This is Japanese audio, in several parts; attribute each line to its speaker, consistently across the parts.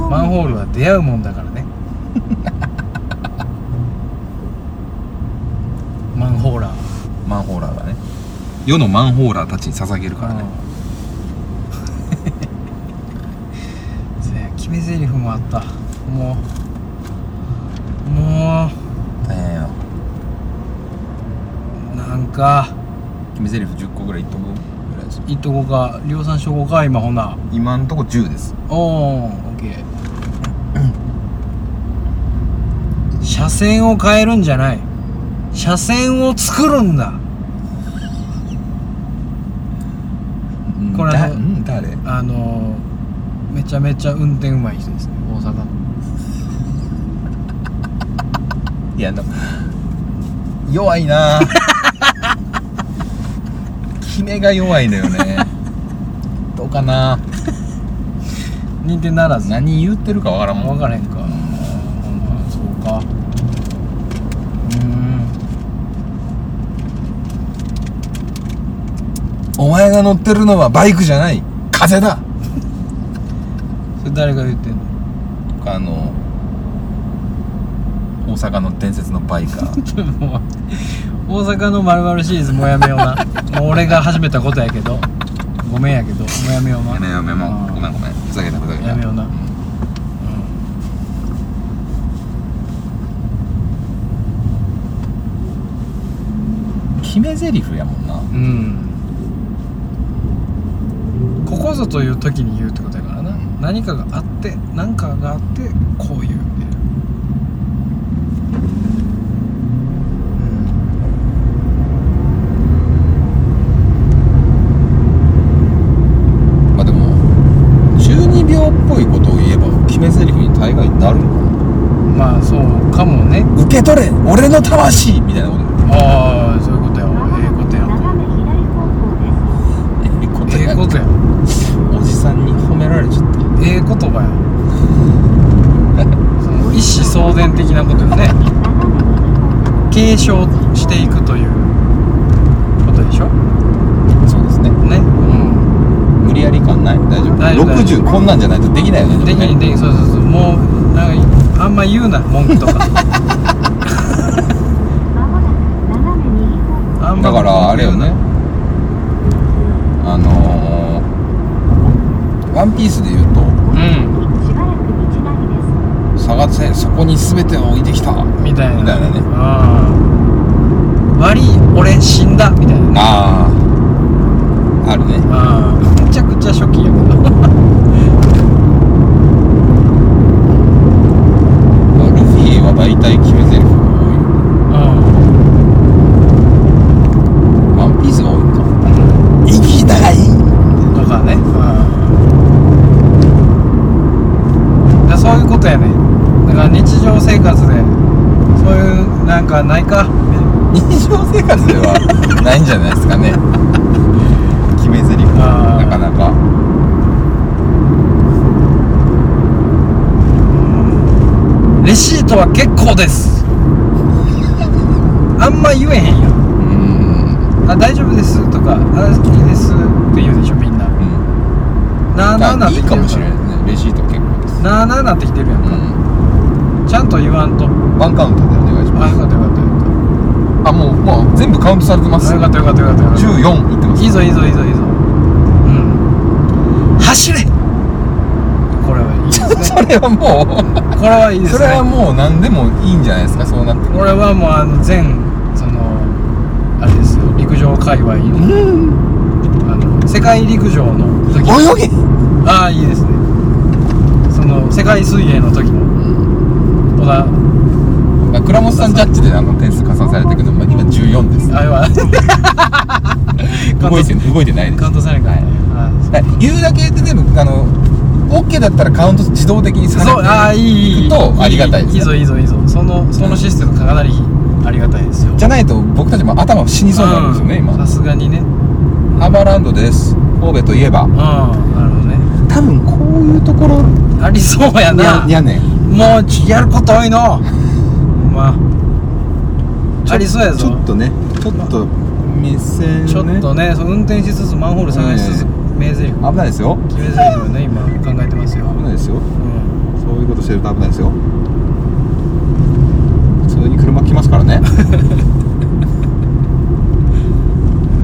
Speaker 1: 出会うもんだからねマンホーラー
Speaker 2: マンホーラーがね世のマンホーラーたちに捧げるからね
Speaker 1: うん そうや決め台詞もあったもうも
Speaker 2: 大変や
Speaker 1: うなんか
Speaker 2: 決め台詞10個ぐらい言っとくぐらいです
Speaker 1: いっとこか量産しとこか今ほな
Speaker 2: 今んとこ10です
Speaker 1: おーオッケー車線を変えるんじゃない車線を作るんだこれあ
Speaker 2: だ
Speaker 1: の
Speaker 2: ん誰
Speaker 1: あのーめちゃめちゃ運転うまい人ですね大阪の
Speaker 2: いやでも弱い な決めが弱いのよねどうかな
Speaker 1: 認定ならず
Speaker 2: 何言ってるかわからんもん
Speaker 1: 分からへんかうんそうかうーん
Speaker 2: お前が乗ってるのはバイクじゃない風だ
Speaker 1: それ誰が言ってんの
Speaker 2: あの大阪の伝説のバイカー
Speaker 1: ちょっと もう大阪のまるまるシリーズもうやめよう なもう俺が始めたことやけどごめんやけどもうやめような
Speaker 2: やめもう
Speaker 1: うん
Speaker 2: ごめんごめんふざけたふざけた
Speaker 1: やめようなん
Speaker 2: 決め台詞やもんな
Speaker 1: うん、ここぞという時に言うってことやからな何かがあって何かがあってこういう
Speaker 2: まあでも12秒っぽいことを言えば決め台詞に大概なるのか
Speaker 1: まあそうかもね
Speaker 2: な受け取れ俺の魂みたいなこと
Speaker 1: ああそういうことやわええ
Speaker 3: ええ
Speaker 1: こ
Speaker 3: ことと
Speaker 1: や
Speaker 3: や斜め左方向です
Speaker 2: ええこと
Speaker 1: わええことやわ
Speaker 2: おじさんに褒められちゃった
Speaker 1: ええ言葉やその一子相伝的なことよね継承していくということでしょ
Speaker 2: そうですね
Speaker 1: ねうん
Speaker 2: 無理やり感ない大丈夫
Speaker 1: 大丈夫大丈
Speaker 2: 60こんなんじゃないとできないよね
Speaker 1: でき
Speaker 2: も
Speaker 1: ん
Speaker 2: ね
Speaker 1: できんそうそうそうもうなんかあんま言うな文句とか
Speaker 3: まもなく斜め右方向
Speaker 1: あんま
Speaker 2: だからあれよねあのーワンピース」で言うと
Speaker 1: うん
Speaker 3: しばらく道なりです
Speaker 2: 「探せそこに全てを置いてきた」
Speaker 1: みたいな
Speaker 2: みたいなね
Speaker 1: ああ悪い俺死んだみたいな
Speaker 2: あああるね
Speaker 1: ああめちゃくちゃ初期やけど
Speaker 2: ルフィは大体決め台詞が多
Speaker 1: う
Speaker 2: いワンピースが多いか生きたい
Speaker 1: んとかねうんだそういうことやねだから日常生活でそういうなんかないか
Speaker 2: 日常生活ではないんじゃないですかね決め台詞
Speaker 1: あー
Speaker 2: なかなか
Speaker 1: レシートは結構ですあんま言えへんや
Speaker 2: う
Speaker 1: ん
Speaker 2: ーん
Speaker 1: あ大丈夫ですとかあ好きですって言うでしょみんな
Speaker 2: うん
Speaker 1: なあなあな
Speaker 2: あ
Speaker 1: っ
Speaker 2: い
Speaker 1: て
Speaker 2: い
Speaker 1: き
Speaker 2: か
Speaker 1: てる
Speaker 2: もしれないですねレシート結構です
Speaker 1: なあなあなってきてるやん
Speaker 2: うん
Speaker 1: か、ちゃんと言わんと
Speaker 2: ワンカウントでお願いし
Speaker 1: あ
Speaker 2: ま
Speaker 1: よ
Speaker 2: す
Speaker 1: かったよかったよか
Speaker 2: あもうもう全部カウントされてま
Speaker 1: った
Speaker 2: す
Speaker 1: よかったよかったよかったよかっ
Speaker 2: 14いってます
Speaker 1: たいいぞいいぞいいぞいいぞうん走れこれはいい ですね
Speaker 2: それはも
Speaker 1: これはいいうです
Speaker 2: それは
Speaker 1: ね
Speaker 2: もう何でもいいんじゃないですかそうなってく
Speaker 1: これはもうあの全そのあれですよ陸上界隈
Speaker 2: う
Speaker 1: の
Speaker 2: ん
Speaker 1: あの世界陸上の時
Speaker 2: 泳げ
Speaker 1: ああいいですねその世界水泳の時の小
Speaker 2: ま
Speaker 1: 田
Speaker 2: あ倉本さんジャッジであの点数加算されたけど、まあ、今14です
Speaker 1: あれは
Speaker 2: 動いて動いてないです
Speaker 1: カウントされないあ
Speaker 2: はい言うだけで全部あの OK だったらカウント自動的にされて
Speaker 1: そうああいいいい
Speaker 2: とありがたいですね
Speaker 1: いいぞいいぞいいぞそのそのシステムかなりありがたいですよ
Speaker 2: じゃないと僕たちも頭死にそうになるんですよね、
Speaker 1: うんさ
Speaker 2: 今
Speaker 1: すがにねうん
Speaker 2: ハーバーランドです神戸といえば
Speaker 1: なるほどね
Speaker 2: 多分こういうところ
Speaker 1: ありそうやな
Speaker 2: ややねん
Speaker 1: もうちやること多いのまあありそうやぞ
Speaker 2: ちょっとねちょっと目線ね
Speaker 1: ちょっとねそう運転しつつマンホール探しつつ
Speaker 2: う
Speaker 1: 名台詞
Speaker 2: 危ないですよ
Speaker 1: 決め台詞をね今考えてますよ
Speaker 2: 危ないですよ
Speaker 1: うん
Speaker 2: そういうことしてると危ないですよ普通に車来ますから ね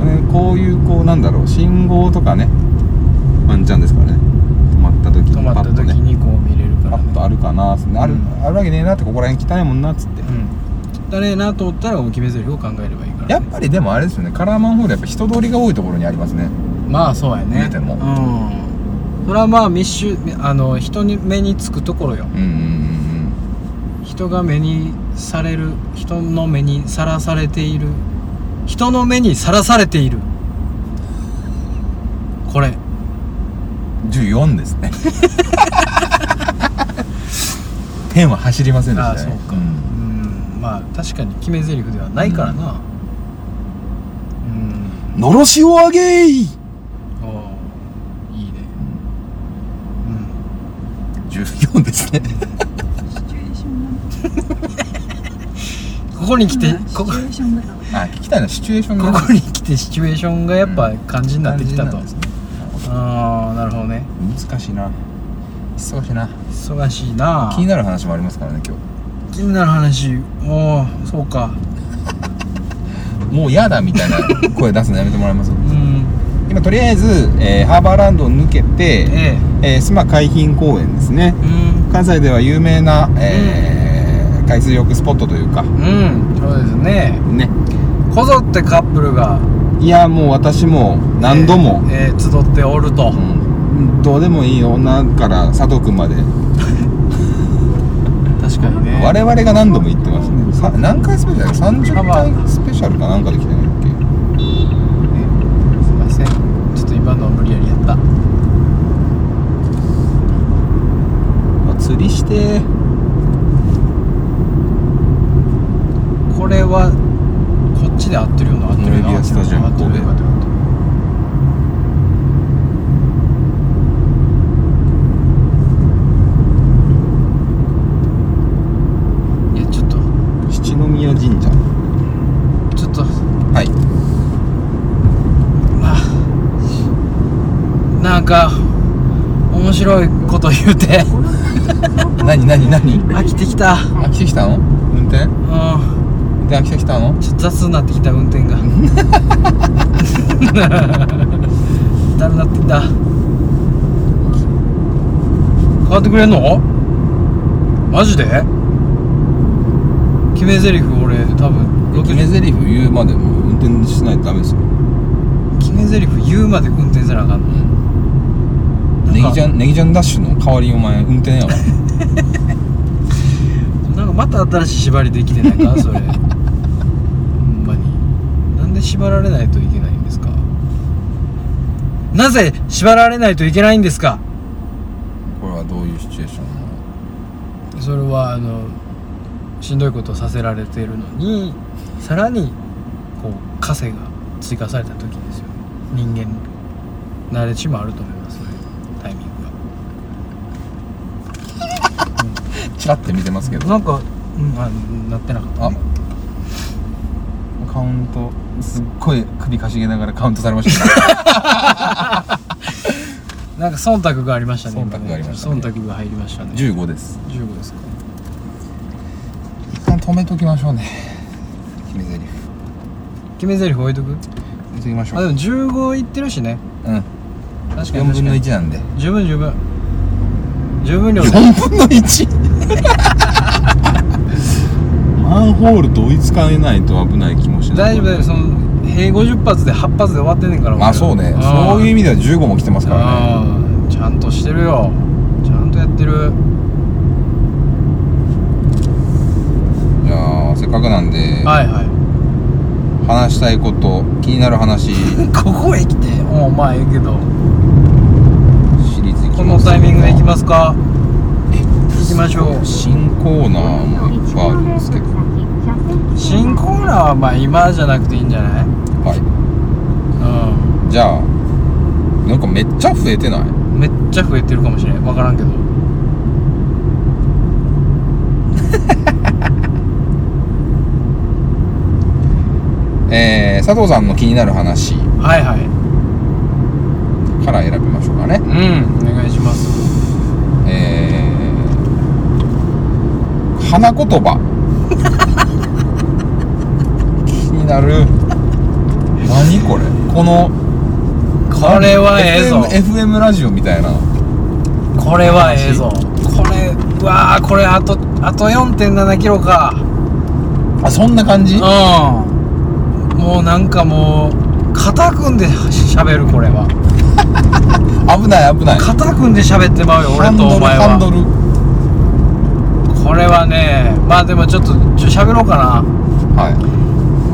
Speaker 2: ねこういうこうなんだろう信号とかねワンチャンですからね止まった時に
Speaker 1: 止まった
Speaker 2: パッと
Speaker 1: 時
Speaker 2: ね
Speaker 1: にこう見れるか
Speaker 2: パ
Speaker 1: ら、ね
Speaker 2: ッとあるかなっつってある,、
Speaker 1: うん
Speaker 2: あるわけねえなってここら辺汚いもんなっつって、
Speaker 1: うんだねえなと思ったら決め台詞を考えればいいから、ね、
Speaker 2: やっぱりでもあれですよねカラーマンホールやっぱ人通りが多いところにありますね
Speaker 1: まあそうやね
Speaker 2: 見ても
Speaker 1: うんそれはまあ密集あの人に目につくところよ
Speaker 2: うんうん
Speaker 1: 人が目にされる人の目にさらされている人の目にさらされているこれ
Speaker 2: うんうん14です ね 天は走りませんでしたね
Speaker 1: あそうか
Speaker 2: ん
Speaker 1: うんまあ確かに決め台詞ではないからなうん、
Speaker 2: のろしをあげい
Speaker 1: おーいいねうん
Speaker 2: 14ですね
Speaker 4: シチュエーションな
Speaker 1: ここに来て
Speaker 4: シチ
Speaker 1: ここ
Speaker 4: ュエーションだ
Speaker 2: あ聞きたいなシチュエーション
Speaker 1: ここに来てシチュエーションがやっぱ肝心になってきた
Speaker 2: 感
Speaker 1: と、
Speaker 2: じなんですね
Speaker 1: ああなるほどね
Speaker 2: 難しいな忙しいな
Speaker 1: 忙しいな
Speaker 2: 気になる話もありますからね今
Speaker 1: 気になる話おーそうか
Speaker 2: 日もう嫌だみたいな 声出すのやめてもらえます
Speaker 1: うん
Speaker 2: 今とりあえず、えーハーバーランドを抜けて、
Speaker 1: ええ
Speaker 2: えー、須磨海浜公園ですね
Speaker 1: うん
Speaker 2: 関西では有名な、えー海水浴スポットというか
Speaker 1: うんそうですね
Speaker 2: ね
Speaker 1: こぞってカップルが
Speaker 2: いやもう私も何度も、
Speaker 1: えーえー集っておると、
Speaker 2: うんどうでもいい女から佐藤君まで
Speaker 1: 確かにね
Speaker 2: 我々が何度も言ってましたねさ何回スペシャル
Speaker 1: あまあ
Speaker 2: 30回スペシャルかなんかできてないっけ
Speaker 1: ねすいませんちょっと今のは無理やりやった
Speaker 2: あ釣りして
Speaker 1: これはこっちで合ってるよな合ってるよ
Speaker 2: ノ
Speaker 1: な
Speaker 2: レビアスタジアム
Speaker 1: 合ってるよな合ってるよな合ってるよないやちょっと
Speaker 2: 七宮神社
Speaker 1: ちょっと
Speaker 2: はい
Speaker 1: まあなんか面白いこと言うて
Speaker 2: 何何何
Speaker 1: 飽きてきた
Speaker 2: 飽きてきたの運転
Speaker 1: うん
Speaker 2: 運転飽きてきたの
Speaker 1: ちょっと雑になってきた運転がだるなってきた変わってくれんのマジで決め台詞俺多分
Speaker 2: 決め台詞言うまでも運転しないとダメですよ
Speaker 1: 決め台詞言うまで運転せなあかんのなんか
Speaker 2: ネギちゃんネギちゃんダッシュの代わりお前運転やわ
Speaker 1: なんかまた新しい縛りできてないかそ れほんまになんで縛られないといけないんですかなぜ縛られないといけないんですか
Speaker 2: これはどういうシチュエーションなの
Speaker 1: それはあのしんどいことをさせられているのにさらにこう枷が追加された時ですよ人間慣れちもあると思いますねタイミングが
Speaker 2: チラッて見てますけど
Speaker 1: なんか、うん、あなってなかった
Speaker 2: あカウントすっごい首かしげながらカウントされましたね
Speaker 1: なんか忖度がありましたね
Speaker 2: 忖度がありましたね
Speaker 1: 今忖度が入りましたね
Speaker 2: 15です
Speaker 1: 15ですか
Speaker 2: 一旦止めときましょうね決め台詞
Speaker 1: 決め台詞置いとく
Speaker 2: 見てみまし
Speaker 1: あ
Speaker 2: ょ
Speaker 1: で
Speaker 2: う
Speaker 1: も15いってるしね
Speaker 2: うん
Speaker 1: 確かに
Speaker 2: 4分の
Speaker 1: 確か
Speaker 2: 1なんで
Speaker 1: に十分十分十分量で
Speaker 2: 4分の 1? マンホールと追いつかれないと危ない気もしない
Speaker 1: 大丈夫大丈夫その兵50発で8発で終わってんねんから
Speaker 2: まあそうねそういう意味
Speaker 1: 味
Speaker 2: では15も来てますからね
Speaker 1: あーちゃんとしてるよちゃんとやってる
Speaker 2: じゃあせっかくなんで
Speaker 1: はいはい
Speaker 2: 話したいこと気になる話
Speaker 1: ここへ来てもうまあええけど
Speaker 2: シリーズいきます
Speaker 1: このタイミングで行きますか行きましょう
Speaker 2: 新コーナーもいっぱいあるんですけど
Speaker 1: 新コーナーはまあ今じゃなくていいんじゃない
Speaker 2: は
Speaker 1: う
Speaker 2: いじゃあなんかめっちゃ増えてない
Speaker 1: んめっちゃ増えてるかもしれん分からんけど
Speaker 2: えー、佐藤さんの気になる話
Speaker 1: はいはい
Speaker 2: から選びましょうかね
Speaker 1: うんお願いします
Speaker 2: えー花言葉気になる何これこの
Speaker 1: これはええぞ
Speaker 2: FM, FM ラジオみたいな
Speaker 1: これはええぞこれうわあこれあとあと4 7キロか
Speaker 2: あそんな感じ
Speaker 1: うんもうなんかもう肩組んでしゃべるこれは
Speaker 2: 危ない危ない
Speaker 1: 肩組んで喋ってまうよ俺とお前
Speaker 2: ハンド
Speaker 1: は
Speaker 2: ルハ
Speaker 1: これはねまあでもちょっとちょ喋ろうか
Speaker 2: ンドルは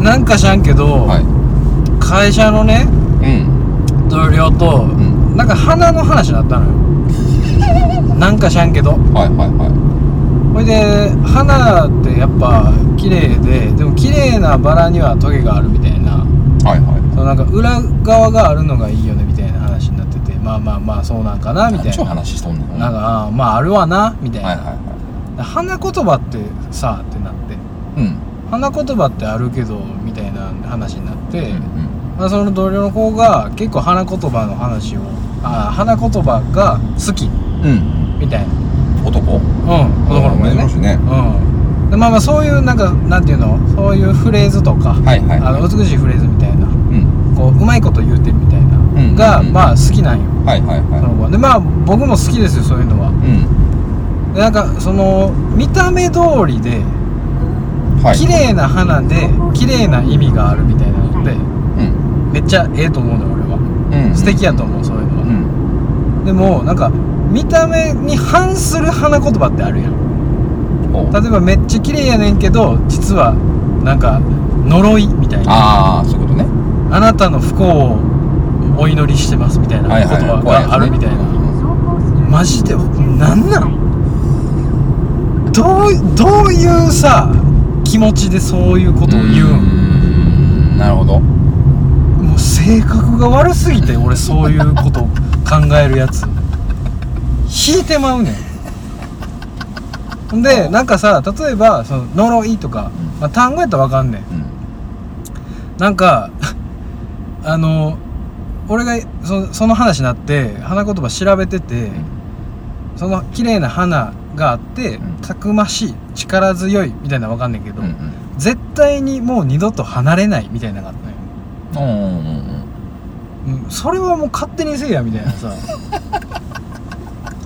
Speaker 1: ななんかしゃんけど、
Speaker 2: いは
Speaker 1: 会社のね
Speaker 2: いうん
Speaker 1: 同僚と、
Speaker 2: ん
Speaker 1: なんか花の話になったのよなんかしゃんけど
Speaker 2: はいはいは
Speaker 1: ほいで花ってやっぱ綺麗ででも綺麗なバラにはトゲがあるみたいない
Speaker 2: はいは
Speaker 1: そのなんか裏側があるのがいいよねみたいな話になっててまあまあまあそうなんかないみたい
Speaker 2: 超
Speaker 1: な
Speaker 2: 話しとんの
Speaker 1: なん
Speaker 2: は
Speaker 1: かあーまああるわなみた
Speaker 2: い
Speaker 1: い
Speaker 2: は
Speaker 1: な、
Speaker 2: いは
Speaker 1: 花言葉ってさってなって
Speaker 2: いうん
Speaker 1: 花言葉ってあるけどみたいな話になって、
Speaker 2: うん
Speaker 1: まあ、その同僚の子が結構花言葉の話をあー花言葉が好き
Speaker 2: うん
Speaker 1: みたいな
Speaker 2: うん男
Speaker 1: うん男の子やね
Speaker 2: 珍しいね
Speaker 1: うんでまあまあそういうなんかなんていうのそういうフレーズとか、
Speaker 2: はいはい
Speaker 1: あ
Speaker 2: はい
Speaker 1: の美しいフレーズみたいな
Speaker 2: うん
Speaker 1: こううまいこと言うてるみたいな、
Speaker 2: ん
Speaker 1: が、
Speaker 2: うん
Speaker 1: まあ好きなんよ
Speaker 2: はいはい
Speaker 1: その
Speaker 2: は
Speaker 1: 子はでまあ僕も好きですよそういうのはい
Speaker 2: うん
Speaker 1: でなんかその見た目通りで
Speaker 2: はい
Speaker 1: 綺麗な花で綺麗な意味があるみたいなので
Speaker 2: うん
Speaker 1: めっちゃええと思うのよ俺は
Speaker 2: うん
Speaker 1: 素敵やと思うそういう
Speaker 2: う
Speaker 1: のは、
Speaker 2: ん
Speaker 1: でもなんか見た目に反する花言葉ってあるやん
Speaker 2: おう
Speaker 1: 例えばめっちゃ綺麗やねんけど実はなんか呪いみたいな
Speaker 2: ああそういうことね
Speaker 1: あなたの不幸をお祈りしてますみたいな
Speaker 2: はい
Speaker 1: 言
Speaker 2: はい
Speaker 1: 葉
Speaker 2: 怖いやつね
Speaker 1: があるみたいな、マ
Speaker 3: マ
Speaker 1: ジ
Speaker 3: ジ
Speaker 1: で
Speaker 3: で
Speaker 1: な
Speaker 3: なんん
Speaker 1: な
Speaker 3: なんん
Speaker 1: どういどういうさ気持ちでそういうことを言う
Speaker 2: ー
Speaker 1: ん
Speaker 2: んなるほど
Speaker 1: もう性格が悪すぎて俺そういうこと考えるやつ引いてまうねんほんでなんかさ例えばその呪いとか、まあ、単語やったらわかんねん
Speaker 2: うん
Speaker 1: なんかあの俺がそその話になって花言葉調べててその綺麗な花があって、
Speaker 2: うん
Speaker 1: たくましい力強いみたいなのわかんねんけど、
Speaker 2: うん
Speaker 1: 絶対にもう二度と離れないみたいなのがあったのよ
Speaker 2: うんうんうん
Speaker 1: うんそれはもう勝手にせいやみたいなさ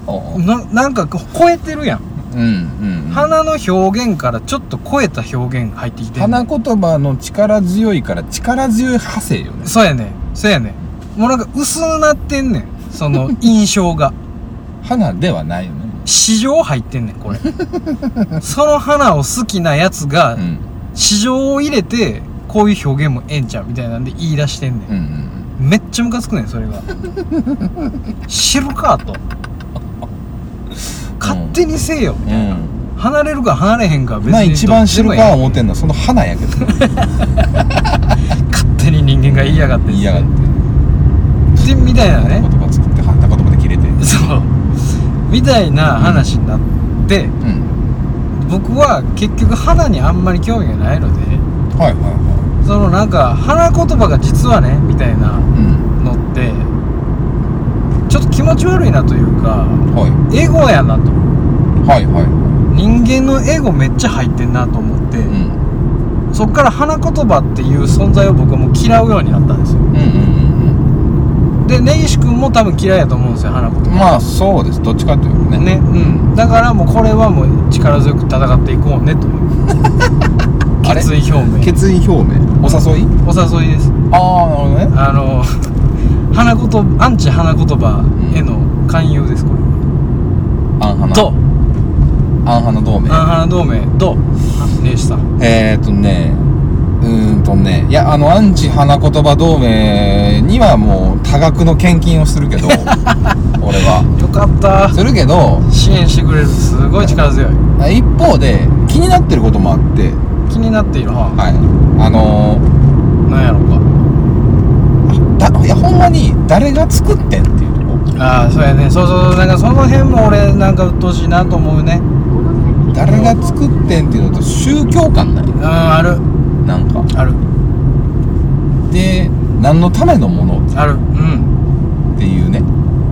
Speaker 2: おう
Speaker 1: ななんかこう超えてるやん、
Speaker 2: うんうん
Speaker 1: 花の表現からちょっと超えた表現入ってきてんね
Speaker 2: 花
Speaker 1: ん
Speaker 2: 言葉の力強いから力強い派生よね
Speaker 1: そうやねんそうやねんもうなんか薄なってんねんそ の印象が
Speaker 2: 花ではないよね
Speaker 1: 市場入ってんねん これその花を好きなやつが
Speaker 2: うん
Speaker 1: 市場を入れてこういう表現もええんちゃうみたいなんで言い出してんねん
Speaker 2: うんうん
Speaker 1: めっちゃムカつくねんそれが知る かと勝手にせえよみ
Speaker 2: う
Speaker 1: たいな、
Speaker 2: ん
Speaker 1: 離れるか離れへんかは別
Speaker 2: 今
Speaker 1: に
Speaker 2: 一番知るかは
Speaker 1: ど
Speaker 2: 思
Speaker 1: っ
Speaker 2: ってんのはその花やけどね
Speaker 1: ちでもええ勝手に人間 が言いやがって
Speaker 2: 言いやがって
Speaker 1: でみたいな
Speaker 2: 言
Speaker 1: ね
Speaker 2: 葉作って花言葉で切れてう
Speaker 1: そうみたいな話になって、
Speaker 2: ん
Speaker 1: 僕は結局花にあんまり興味がないので
Speaker 2: はいはいは
Speaker 1: そのなんか花言葉が実はねみたいない
Speaker 2: うん
Speaker 1: のってちょっと気持ち悪いなというか
Speaker 2: はい
Speaker 1: エゴやなと
Speaker 2: はいは
Speaker 1: 人間のエゴめっちゃ入ってんなと思って、
Speaker 2: いうん
Speaker 1: そっから花言葉っていう存在を僕はもう嫌うようになったんですよ
Speaker 2: うんうん
Speaker 1: で根岸君も多分嫌いやと思うんですよ花言
Speaker 2: うんうんまあそうですどっちかというと
Speaker 1: 葉
Speaker 2: ね
Speaker 1: ねうんだからもうこれはもう力強く戦っていこうねという
Speaker 2: あれ
Speaker 1: 決意表明
Speaker 2: 決意表明お誘い
Speaker 1: お誘いです
Speaker 2: ああなるほどね
Speaker 1: あの 花言葉アンチ花言葉への勧誘ですこれ
Speaker 2: アンハナ
Speaker 1: と
Speaker 2: アンハナ同盟
Speaker 1: アンハナ同盟と根岸さん
Speaker 2: えー、っとねうーんとねいやあのアンチ花言葉同盟にはもう多額の献金をする けど俺は
Speaker 1: よかった
Speaker 2: するけど
Speaker 1: 支援してくれるすごい力強い
Speaker 2: 一方で気になってることもあって
Speaker 1: 気になっているは
Speaker 2: はいあの
Speaker 1: なんやろうか
Speaker 2: ーだいやほんまに誰が作ってんっていうとこ
Speaker 1: ああそうやねそうそうそうなんかその辺も俺なんか鬱陶しいなと思うね
Speaker 2: 誰
Speaker 3: 誰
Speaker 2: が
Speaker 3: が作
Speaker 2: 作
Speaker 3: っ
Speaker 2: ってんっていうのと宗教観ない
Speaker 1: うんある
Speaker 2: なんか
Speaker 1: ある
Speaker 2: で何のためのもの
Speaker 1: あるうん
Speaker 2: っていうね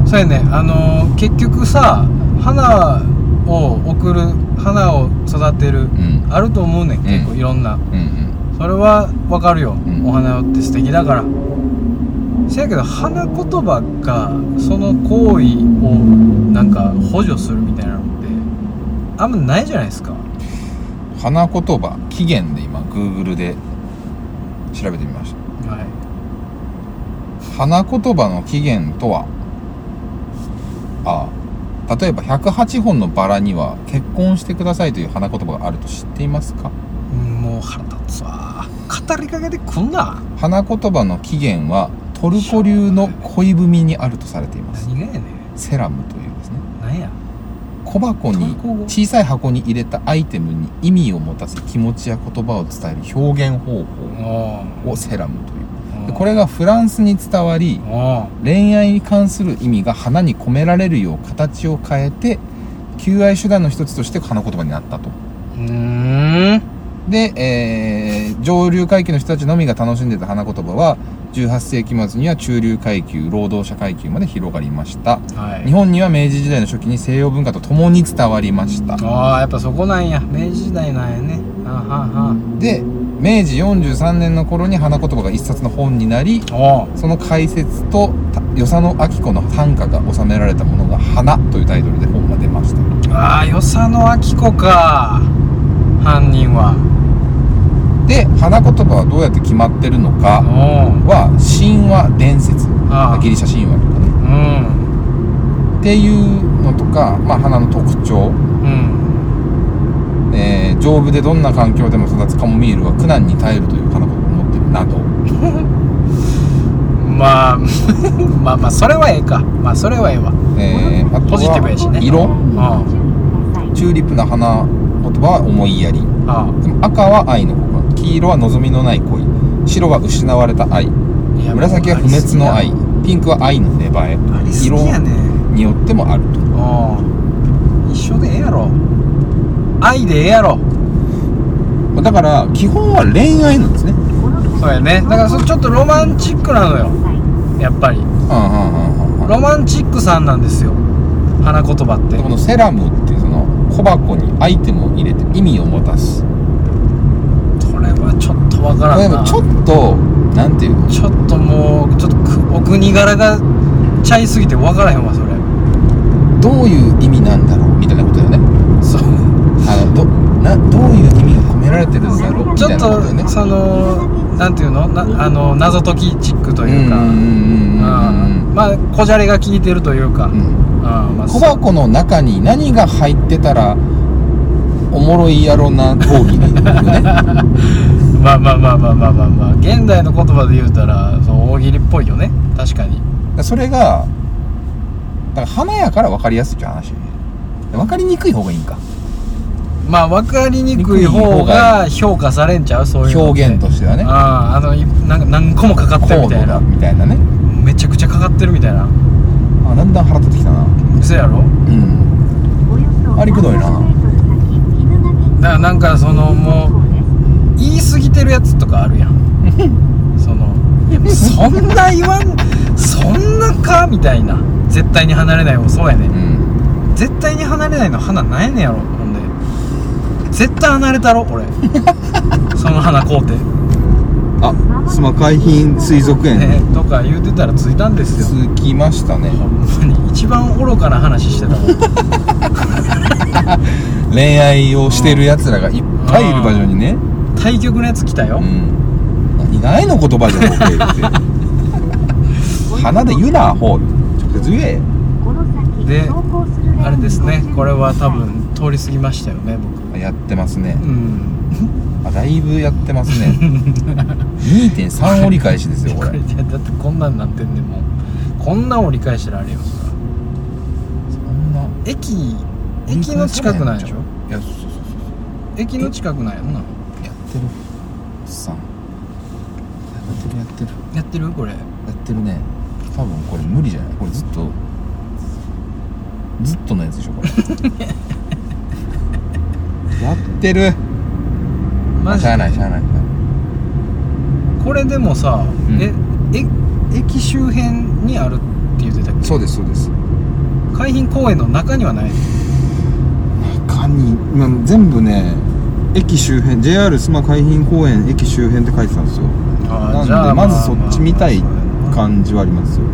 Speaker 1: そうやねあのー結局さ花を贈る花を育てる、
Speaker 2: ん
Speaker 1: あると思うねん
Speaker 2: ん
Speaker 1: 結構いろんな、
Speaker 2: うんうん
Speaker 1: それはわかるよ、
Speaker 2: うん
Speaker 1: お花って素敵だからせやけど花言葉がその行為をなんか補助するみたいなのってあんまないじゃないですか
Speaker 2: 花言葉起源で今 Google で調べてみました
Speaker 1: は
Speaker 2: 花言葉の起源とはああ例えば108本のバラには結婚してくださいという花言葉があると知っていますか
Speaker 1: いもう腹立つわ語りかけてくんな
Speaker 2: 花言葉の起源はトルコ流の恋文にあるとされています
Speaker 1: 何がやねん
Speaker 2: セラムというですね
Speaker 1: 何や
Speaker 2: 小箱に
Speaker 1: トルコ語
Speaker 2: 小さい箱に入れたアイテムに意味を持たす気持ちや言葉を伝える表現方
Speaker 1: お
Speaker 2: 法をセラムというで
Speaker 1: ー
Speaker 2: これがフランスに伝わり
Speaker 1: おー
Speaker 2: 恋愛に関する意味が花に込められるよう形を変えて求愛手段の一つとして花言葉になったと
Speaker 1: うーん
Speaker 2: で、えー上流階級の人たちのみが楽しんでた花言葉は18世紀末には中流階級労働者階級まで広がりました
Speaker 1: はい
Speaker 2: 日本には明治時代の初期に西洋文化とともに伝わりました
Speaker 1: ああやっぱそこなんや明治時代なんやねあは
Speaker 2: で明治43年の頃に花言葉が一冊の本になり
Speaker 1: んはんおー
Speaker 2: その解説とた与謝野明子の短歌が収められたものが「花」というタイトルで本が出ました
Speaker 1: ああ与謝野明子か犯人は
Speaker 2: で花言葉はどうやって決まってるの
Speaker 1: お
Speaker 2: か
Speaker 1: ー
Speaker 2: は神話伝説
Speaker 1: ああ
Speaker 2: ギリシャ神話とかね
Speaker 1: うん
Speaker 2: っていうのとか、まあ、花の特徴、
Speaker 1: うん
Speaker 2: えー丈夫でどんな環境でも育つカモミールは苦難に耐えるという花言葉を持ってるなど
Speaker 1: まあ まあまあそれはええかまあそれはええわ
Speaker 2: えーあと
Speaker 1: ポジティブや
Speaker 2: は
Speaker 1: しね
Speaker 2: 色
Speaker 1: あ
Speaker 2: チューリップの花言葉は思いやり
Speaker 1: あ
Speaker 2: でも赤は愛の告白黄色は望みのない恋白は失われた愛
Speaker 1: あいや
Speaker 2: 紫は不滅の愛
Speaker 1: も
Speaker 2: ピンクは愛の芽生え
Speaker 1: うありすぎ
Speaker 2: 色
Speaker 1: やありすぎやね
Speaker 2: によってもあると
Speaker 1: おー一緒でええやろ愛でええやろ
Speaker 2: まあだから基本は恋愛なんですね
Speaker 1: そうやねだからそれちょっとロマンチックなのよやっぱり
Speaker 2: うんうんうんうんうん
Speaker 1: ロマンチックさんなんですよ花言葉って
Speaker 2: でこのセラムっていうその小箱にアイテムを入れて意味を持たす
Speaker 1: これはちょっとわか
Speaker 2: こ
Speaker 1: ら
Speaker 2: れ
Speaker 1: ん
Speaker 2: で
Speaker 1: な
Speaker 2: もちょっとなんていうの
Speaker 1: ちょっともうちょっとくお国柄がちゃいすぎてわからへんわそれ
Speaker 2: どういう意味なんだろうみたいなことだよね
Speaker 1: そう
Speaker 2: あのどなどういう意味が込められてるんだろうみ
Speaker 1: ちょ
Speaker 2: たい
Speaker 1: っ
Speaker 2: なことだよね
Speaker 1: とそのなんていうのなあの謎解きチックというか
Speaker 2: うんうんうんうんうん
Speaker 1: うんまあこじゃれが効いてるというか、
Speaker 2: う
Speaker 1: うん
Speaker 2: ん
Speaker 1: まあ、
Speaker 2: 小箱の中に何が入ってたらおもろいやろな講義になるよね
Speaker 1: まあまあまあまあまあまあ、まあ、現代の言葉で言うたらそう大喜利っぽいよね確かに
Speaker 2: それがだから花やから分かりやすいっていう話よね分かりにくい方がいいんか
Speaker 1: まあ分かりにくい方が評価されんちゃうそういうのって
Speaker 2: 表現としてはね
Speaker 1: あああのいなんか何個もかかってるみたいな
Speaker 2: みたいなね
Speaker 1: めちゃくちゃかかってるみたいな
Speaker 2: あだんだん腹立ってきたな
Speaker 1: 嘘やろ
Speaker 2: うんありくどいな
Speaker 1: だからなんかそのもう
Speaker 3: う
Speaker 1: 言い過ぎてるやつとかあるやん そのいやそんな言わんそんなかみたいな絶対に離れないもそうやね
Speaker 2: うん
Speaker 1: 絶対に離れないの花なんやねんやろほんで絶対離れたろ 俺その花買うて、
Speaker 2: あ
Speaker 3: 須磨海浜水族
Speaker 1: ね、とか言うてたらついたんですよ
Speaker 2: 続きましたね
Speaker 1: ほんまに一番愚かな話してたもん
Speaker 2: 恋愛をしてるやつらがいっぱいいる場所にね
Speaker 1: 対局のやつ来たよ、
Speaker 2: うん何が愛の言葉じゃん僕って花で言うなほう直接言え
Speaker 1: であれですねこれは多分通り過ぎましたよね僕
Speaker 2: あやってますね
Speaker 1: うん
Speaker 2: あだいぶやってますね2.3折り返しですよこれ
Speaker 1: こ れでだってこんなんなってんでもうこんなん折り返したらあれよそら
Speaker 2: そんな
Speaker 1: 駅駅の近くなんでしょ
Speaker 2: いやそうそうそう
Speaker 1: 駅の近くなんやろな
Speaker 2: そうやってるおっさんやってるやってる
Speaker 1: やってるこれ
Speaker 2: やってるね多分これ無理じゃないこれずっとずっとのやつでしょこれ やってるま
Speaker 1: マ
Speaker 2: あ
Speaker 1: ジ
Speaker 2: しゃあないしゃあない
Speaker 1: これでも
Speaker 2: ん
Speaker 1: さ、ええ駅周辺にあるって言ってたっけ
Speaker 2: そうですそうです
Speaker 1: 海浜公園の中にはない
Speaker 2: 中
Speaker 3: に今全部ね駅周辺 JR 須磨海浜公園駅周辺って書いてたんですよ
Speaker 1: あ
Speaker 3: な
Speaker 1: ー
Speaker 3: ん
Speaker 1: じゃ
Speaker 3: で
Speaker 1: あ
Speaker 3: まずそっち見たい
Speaker 1: まあまあ
Speaker 3: 感じはありますよね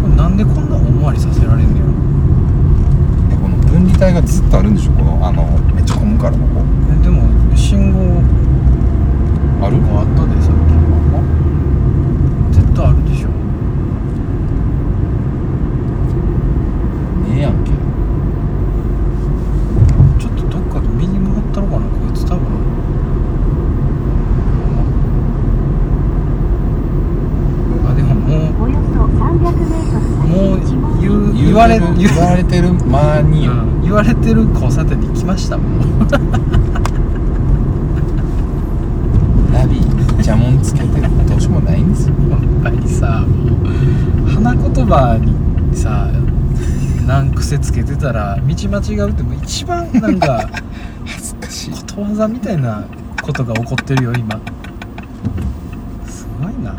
Speaker 1: これなんでこんな大回りさせられんのや
Speaker 2: え
Speaker 1: ろ
Speaker 2: この分離帯がずっとあるんでしょこのあのめっちゃ混むからここ
Speaker 1: えでも信号
Speaker 2: ある
Speaker 1: があったでさっき絶対あるでしょ
Speaker 2: ねえやんけ
Speaker 1: ちょっとどっかで右曲がったろかなこいつ多分あでももう
Speaker 5: およそ
Speaker 1: も
Speaker 5: 300
Speaker 1: う
Speaker 5: メートル先
Speaker 1: 言う
Speaker 2: 言
Speaker 1: 言われ
Speaker 2: る
Speaker 1: 言
Speaker 2: 言われてる間によ、
Speaker 1: うん言われてる交差点に来ましたもん
Speaker 2: ナビ邪門つけてどうしようもないんですよ
Speaker 1: やっぱりさもう花言葉にさ何癖つけてたら道間違うってもう一番なんか
Speaker 2: 恥ずかしい
Speaker 1: ことわざみたいなことが起こってるよ今すごいな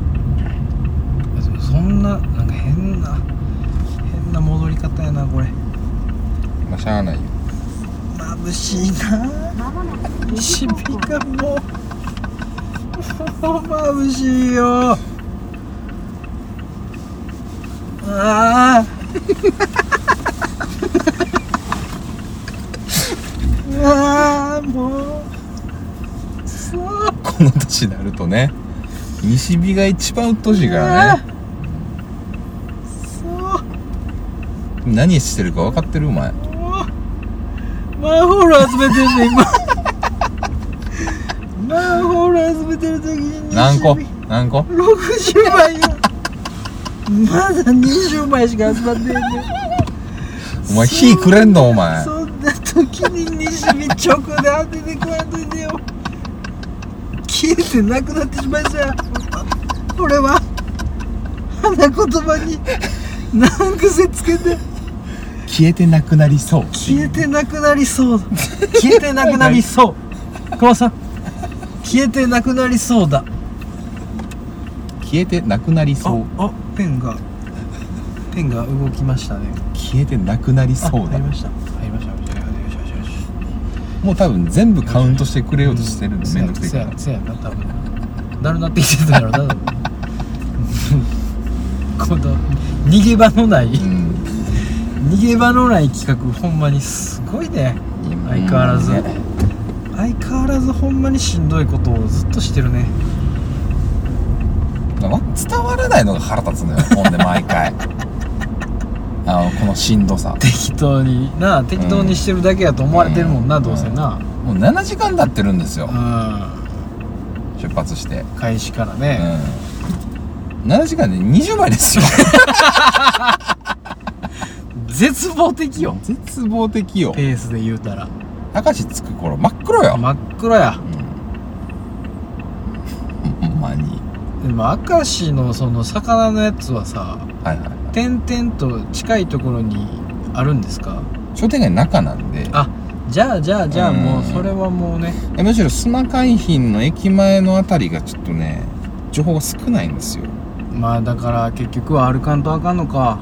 Speaker 1: いやでもそんななんか変な変な戻り方やなこれ
Speaker 2: まあしゃあないよ
Speaker 1: 眩しいな
Speaker 5: まもなく
Speaker 1: し
Speaker 5: 20
Speaker 1: び
Speaker 5: 方向
Speaker 1: がもうもう眩しいよああ うわあもうそう
Speaker 2: この年になるとね西日が一番鬱陶しいからね
Speaker 1: そう
Speaker 2: 何してるか分かってるお前
Speaker 1: もうマンホール集めてんね 今マンホール集めてる時に
Speaker 2: 何個何個
Speaker 1: 60枚よまだ20枚しか集まってんねん
Speaker 2: お前火くれんのお前
Speaker 1: そんな時に西日直で当ててこやんといてよ消えてなくなってしまいそうや俺は花言葉に何癖つけて
Speaker 2: 消えてなくなりそう
Speaker 1: 消えてなくなりそう消えてなくなりそう久保さん消えてなくなりそうだ
Speaker 2: 消えてなくなりそう
Speaker 1: ああペンがペンが動きましたね
Speaker 2: 消えてなくなりそう
Speaker 1: あ入
Speaker 2: だ
Speaker 1: りました入りました入りました入りました入りまし
Speaker 2: もう多分全部カウントしてくれ
Speaker 1: た
Speaker 2: ようとしてるのめんどくせえ
Speaker 1: せ
Speaker 2: か
Speaker 1: や
Speaker 2: ら
Speaker 1: せやな多分だるなってきてたやろな多分 この逃げ場のない
Speaker 2: うん
Speaker 1: 逃げ場のない企画ほんまにすごいね相変わらず
Speaker 2: ね
Speaker 1: 相変わらずほんまにしんどいことをずっとしてるね
Speaker 2: わ伝わらないのが腹立つのよほんで毎回 あのこのしんどさ
Speaker 1: 適当になあ適当にしてるだけやと思われてるもんな、
Speaker 2: うん
Speaker 1: どうせな、
Speaker 2: もう7時間経ってるんですよ
Speaker 1: うん、
Speaker 2: 出発して
Speaker 1: 開始から
Speaker 2: う
Speaker 1: ね、
Speaker 2: ん7時間で20枚です よ
Speaker 1: 絶望的よ
Speaker 2: 絶望的よ
Speaker 1: ペースで言うたら
Speaker 2: 明石着く頃真っ黒よ
Speaker 1: 真っ暗や
Speaker 2: ほんまに
Speaker 1: でも明石のその魚のやつはさ
Speaker 2: はいは
Speaker 1: 点々と近いところにあるんですか
Speaker 2: い商店街の中なんで
Speaker 1: あじゃあじゃあじゃあ
Speaker 2: うん
Speaker 1: もうそれはもうね
Speaker 2: えむしろ須磨海浜の駅前のあたりがちょっとね情報が少ないんですよ
Speaker 1: まあだから結局は歩かんとあかんのか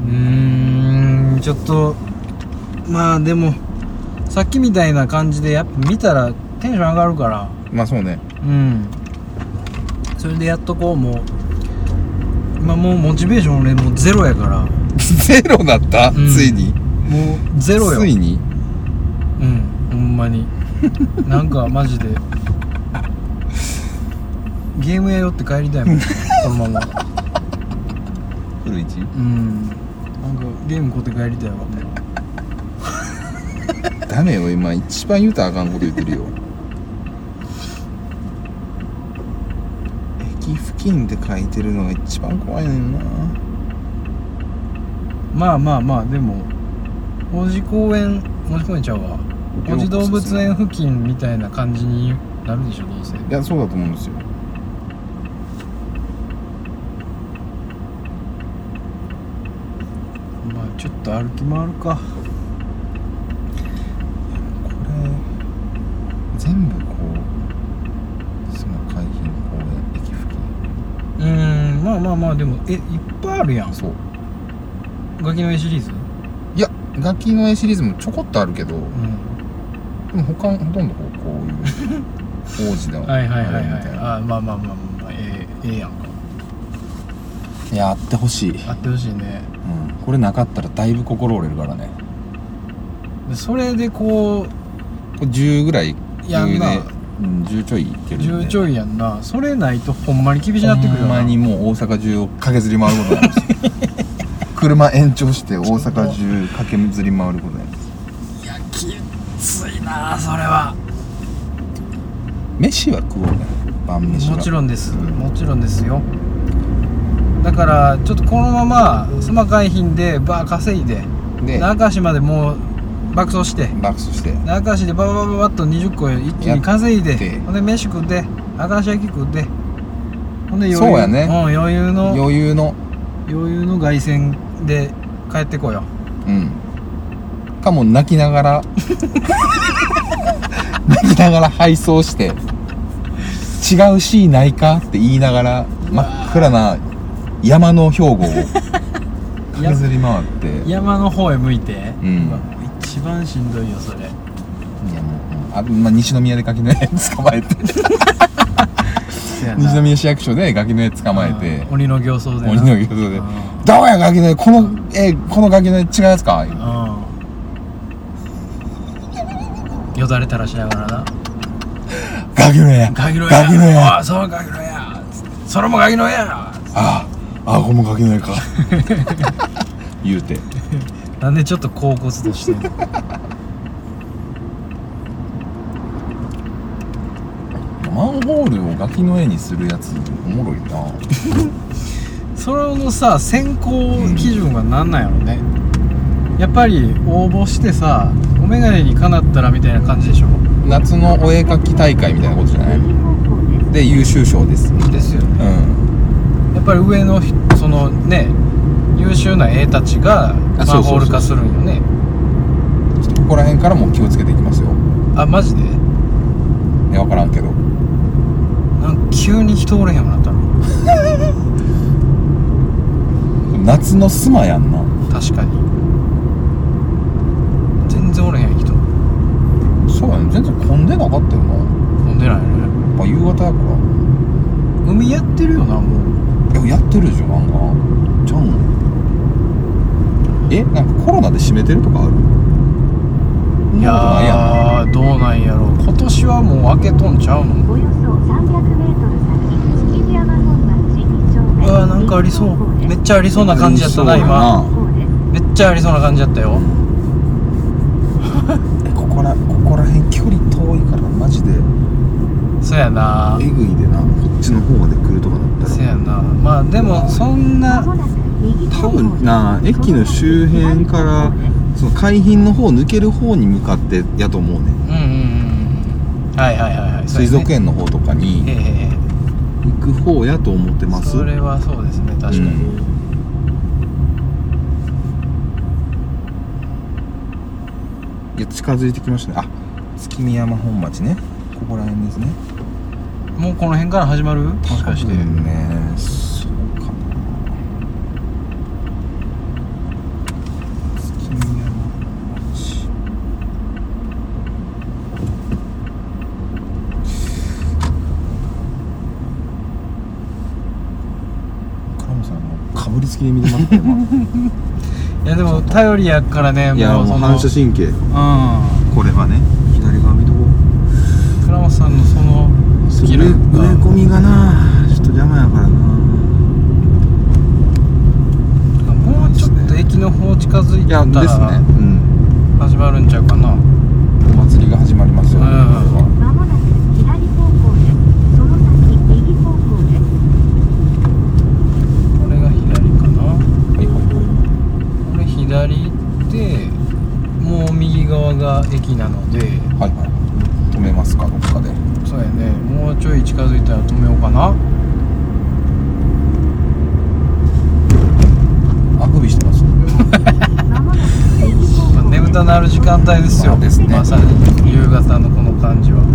Speaker 1: うーんちょっとまあでもさっきみたいな感じでやっぱ見たらテンション上がるから
Speaker 2: まあそうね
Speaker 1: うんそれでやっとこうもう今もうモチベーション俺もうゼロやから
Speaker 2: ゼロだった、
Speaker 1: うん
Speaker 2: ついに
Speaker 1: もうゼロよ
Speaker 2: ついに
Speaker 1: うんほんまになんかマジでゲームやよって帰りたい もんこのまま
Speaker 2: 古市
Speaker 1: うんなんかゲームこうて帰りたいわもう
Speaker 2: ダメよ今一番言うたらあかんこと言ってるよ駅付近って書いてるのが一番怖いねんな
Speaker 1: まあまあまあでも王子公園王子公園ちゃうわ王子動物園付近みたいな感じになるでしょどうせ
Speaker 2: いやそうだと思うんですよ
Speaker 1: まあちょっと歩き回るか
Speaker 2: これ全部こうその海浜
Speaker 1: まあまあまあでもえいっぱいあるやん
Speaker 2: そう
Speaker 1: ガキの絵シリーズ
Speaker 2: いや楽器の絵シリーズもちょこっとあるけど
Speaker 1: うん
Speaker 2: でも他ほとんどこうこう いう王子では
Speaker 1: はいはいはい
Speaker 2: あれ
Speaker 1: は
Speaker 2: み
Speaker 1: い
Speaker 2: たいな
Speaker 1: あまあまあまあまあ、まあ、ええええやんか
Speaker 2: いやあってほしい、うん、
Speaker 1: あってほしいね
Speaker 2: これなかったらだいぶ心折れるからね
Speaker 1: でそれで
Speaker 2: こ
Speaker 1: こ
Speaker 2: れ10ぐらい余
Speaker 1: やん
Speaker 2: 裕
Speaker 1: な
Speaker 2: で、うん、10ちょいいけ
Speaker 1: う
Speaker 2: るんで
Speaker 1: 重ちょいやんなそれないとほんまに厳しなってくる
Speaker 2: ほ
Speaker 1: よ
Speaker 2: ん
Speaker 1: な
Speaker 2: まにもう大阪中を駆けずり回ることなんです 車延長して大阪中駆けずり回ることなんです
Speaker 1: いやきついなそれは
Speaker 2: 飯は食おうね晩飯は
Speaker 1: もちろんです
Speaker 2: うん
Speaker 1: もちろんですよだからちょっとこのままスマ海浜でバー稼いで
Speaker 2: で
Speaker 1: 那覇市までもう爆走して
Speaker 2: 爆走して
Speaker 1: 那覇市でバババババッと20個一気に稼い
Speaker 2: やって
Speaker 1: でほんで飯食って明石焼き食ってほんで余裕
Speaker 2: そうやね
Speaker 1: ん、余裕の
Speaker 2: 余裕の
Speaker 1: 余裕の凱旋で帰ってこよ
Speaker 2: うんかも泣きながら泣きながら配送して違うシーンないかって言いながら真っ暗な山の兵庫を駆けずり回って
Speaker 1: う山の方へ向いて、
Speaker 2: うん
Speaker 1: うわもう一番しんどいよそれ
Speaker 2: いやもううんあ、まあ、西宮で柿の絵捕まえて西宮市役所で柿の絵捕まえて
Speaker 1: うん鬼の形相でな
Speaker 2: 鬼の形相で「どうや柿の絵この絵この柿の絵違うやつか?言うて」
Speaker 1: うんうんよだれ垂らしながらな
Speaker 2: 柿の絵や
Speaker 1: 「ガキの絵や!」
Speaker 2: 柿の絵や
Speaker 1: あそのガキの絵や!」それもガキの絵や!」
Speaker 2: あああこれも柿の 絵か言うて
Speaker 1: なんでちょっと高骨とし てんの
Speaker 2: マンホールをガキの絵にするやつおもろいな
Speaker 1: それのさ選考基準がなんなんやろね、やっぱり応募してさお眼鏡にかなったらみたいな感じでしょ
Speaker 2: 夏のお絵描き大会みたいなことじゃないで優秀賞です
Speaker 1: ですよ
Speaker 2: うん
Speaker 1: ねやっぱり上のひそのね優秀な絵たちがマ
Speaker 2: あそ
Speaker 1: ン
Speaker 2: うそ
Speaker 1: ホ
Speaker 2: うそう
Speaker 1: ール化するんよね
Speaker 2: ちょっとここら辺からも気をつけていきますよ
Speaker 1: あマジで
Speaker 2: いや分からんけど
Speaker 1: なんか急に人おれへんようになったの
Speaker 2: 夏のスマやんな
Speaker 1: 確かに全然おれへん人
Speaker 2: そうやね全然混んでなかったよなや
Speaker 1: 飲んでないね
Speaker 2: っぱ夕方やか
Speaker 1: 海やってるよなもう
Speaker 2: らいややってるじゃんなんかちゃうんえなんかコロナで閉めてるとかある
Speaker 1: い
Speaker 2: そんなことないやん
Speaker 1: やーどうなんやろ今年はもう開けとんちゃうの
Speaker 5: およそ 300m 先、築地山本町2丁目。
Speaker 1: うわなんかありそうめっちゃありそうな感じやった
Speaker 2: あ
Speaker 1: な
Speaker 2: りそうや
Speaker 1: 今
Speaker 2: な
Speaker 1: めっちゃありそうな感じやったよ
Speaker 2: ここらここら辺距離遠いからマジで
Speaker 1: そやな
Speaker 2: えぐいでな
Speaker 3: こっちの方まで来るとかだっ
Speaker 1: そ
Speaker 3: たら
Speaker 1: やなまあでもそんな
Speaker 3: 多分な駅の周辺からその海浜の方抜ける方に向かってやと思うね
Speaker 1: うんうんうんはいはいはいはい
Speaker 2: 水族園の方とか
Speaker 1: そう
Speaker 2: に
Speaker 1: やねえええ
Speaker 3: 行く方やと思って
Speaker 1: え
Speaker 3: ます
Speaker 1: それはそうですね確かに、
Speaker 2: うん
Speaker 3: いや近づいてきましたねあ
Speaker 2: 月見山本町ねここら辺ですね
Speaker 1: もうこの辺から始まるもしかして、
Speaker 2: 多分ねそうかな月見山本町倉本さんあのかぶりつきで見てますね今
Speaker 1: いやでも頼りやからね
Speaker 3: いや
Speaker 1: も
Speaker 3: も
Speaker 1: う
Speaker 3: う
Speaker 1: その
Speaker 3: 反射神経
Speaker 1: う
Speaker 3: これはね左側見とこうん
Speaker 1: 倉本さんのそのス
Speaker 3: 植
Speaker 1: キ
Speaker 3: え
Speaker 1: ルが
Speaker 3: 植え込みがなちょっと邪魔やからな
Speaker 1: もうちょっと駅の方近づい
Speaker 3: いや
Speaker 1: てた
Speaker 3: です
Speaker 1: ら
Speaker 3: ねうん
Speaker 1: 始まるんちゃうかな、
Speaker 2: お祭りが始まりますよ、
Speaker 1: うん
Speaker 5: まもなく左方向です。その先、右方向です。
Speaker 1: これが左かな
Speaker 2: はいはいは
Speaker 1: これ左行ってもう右側が駅なので
Speaker 2: いはいはい止めますかどっかで
Speaker 1: そうやねもうちょい近づいたら止めようかな
Speaker 2: あくびしてます
Speaker 5: まもなく右方向です
Speaker 1: 眠たなる時間帯ですよ、
Speaker 2: まあですね
Speaker 1: まさに夕方のこの感じはも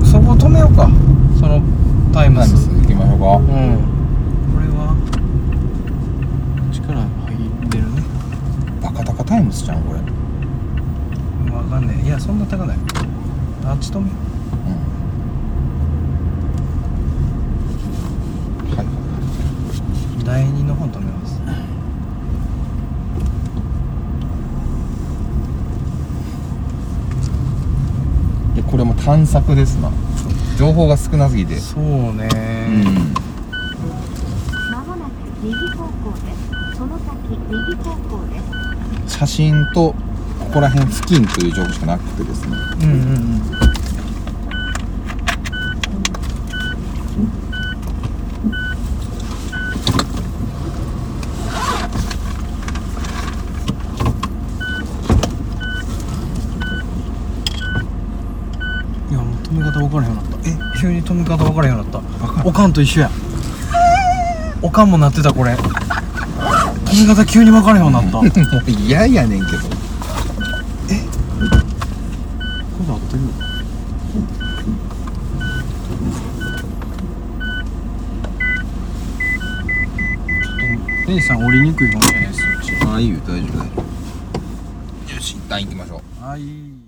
Speaker 1: うそこ止めようかそのタイム
Speaker 2: ナイ
Speaker 1: ス
Speaker 2: ス行きましょうが
Speaker 1: うん
Speaker 3: これは力入
Speaker 1: 出るね
Speaker 2: バカ高タイムスじゃんこれ、うん、
Speaker 1: わかんないいやそんな高ないあっちとめ
Speaker 2: はい
Speaker 1: 第二の方止めます
Speaker 2: でこれも探索ですな情報が少なすぎて
Speaker 1: そうね
Speaker 2: うん
Speaker 5: まもなく右方向です。その先右方向です。
Speaker 2: 写真とここら辺付近という情報しかなくてですね
Speaker 1: うんうんうんいやもう止め方分からへんようになったえ急に止め方分からへんようになったおかんと一緒やおかんもなってたこれ止め方急に分からへんようになったこれで
Speaker 2: もう嫌やねんけど
Speaker 1: 合ってるのちょっとレイさん降りにくいかもしれないですそっち
Speaker 2: ああいいよ大丈夫大丈夫よし一旦行きましょう
Speaker 1: はい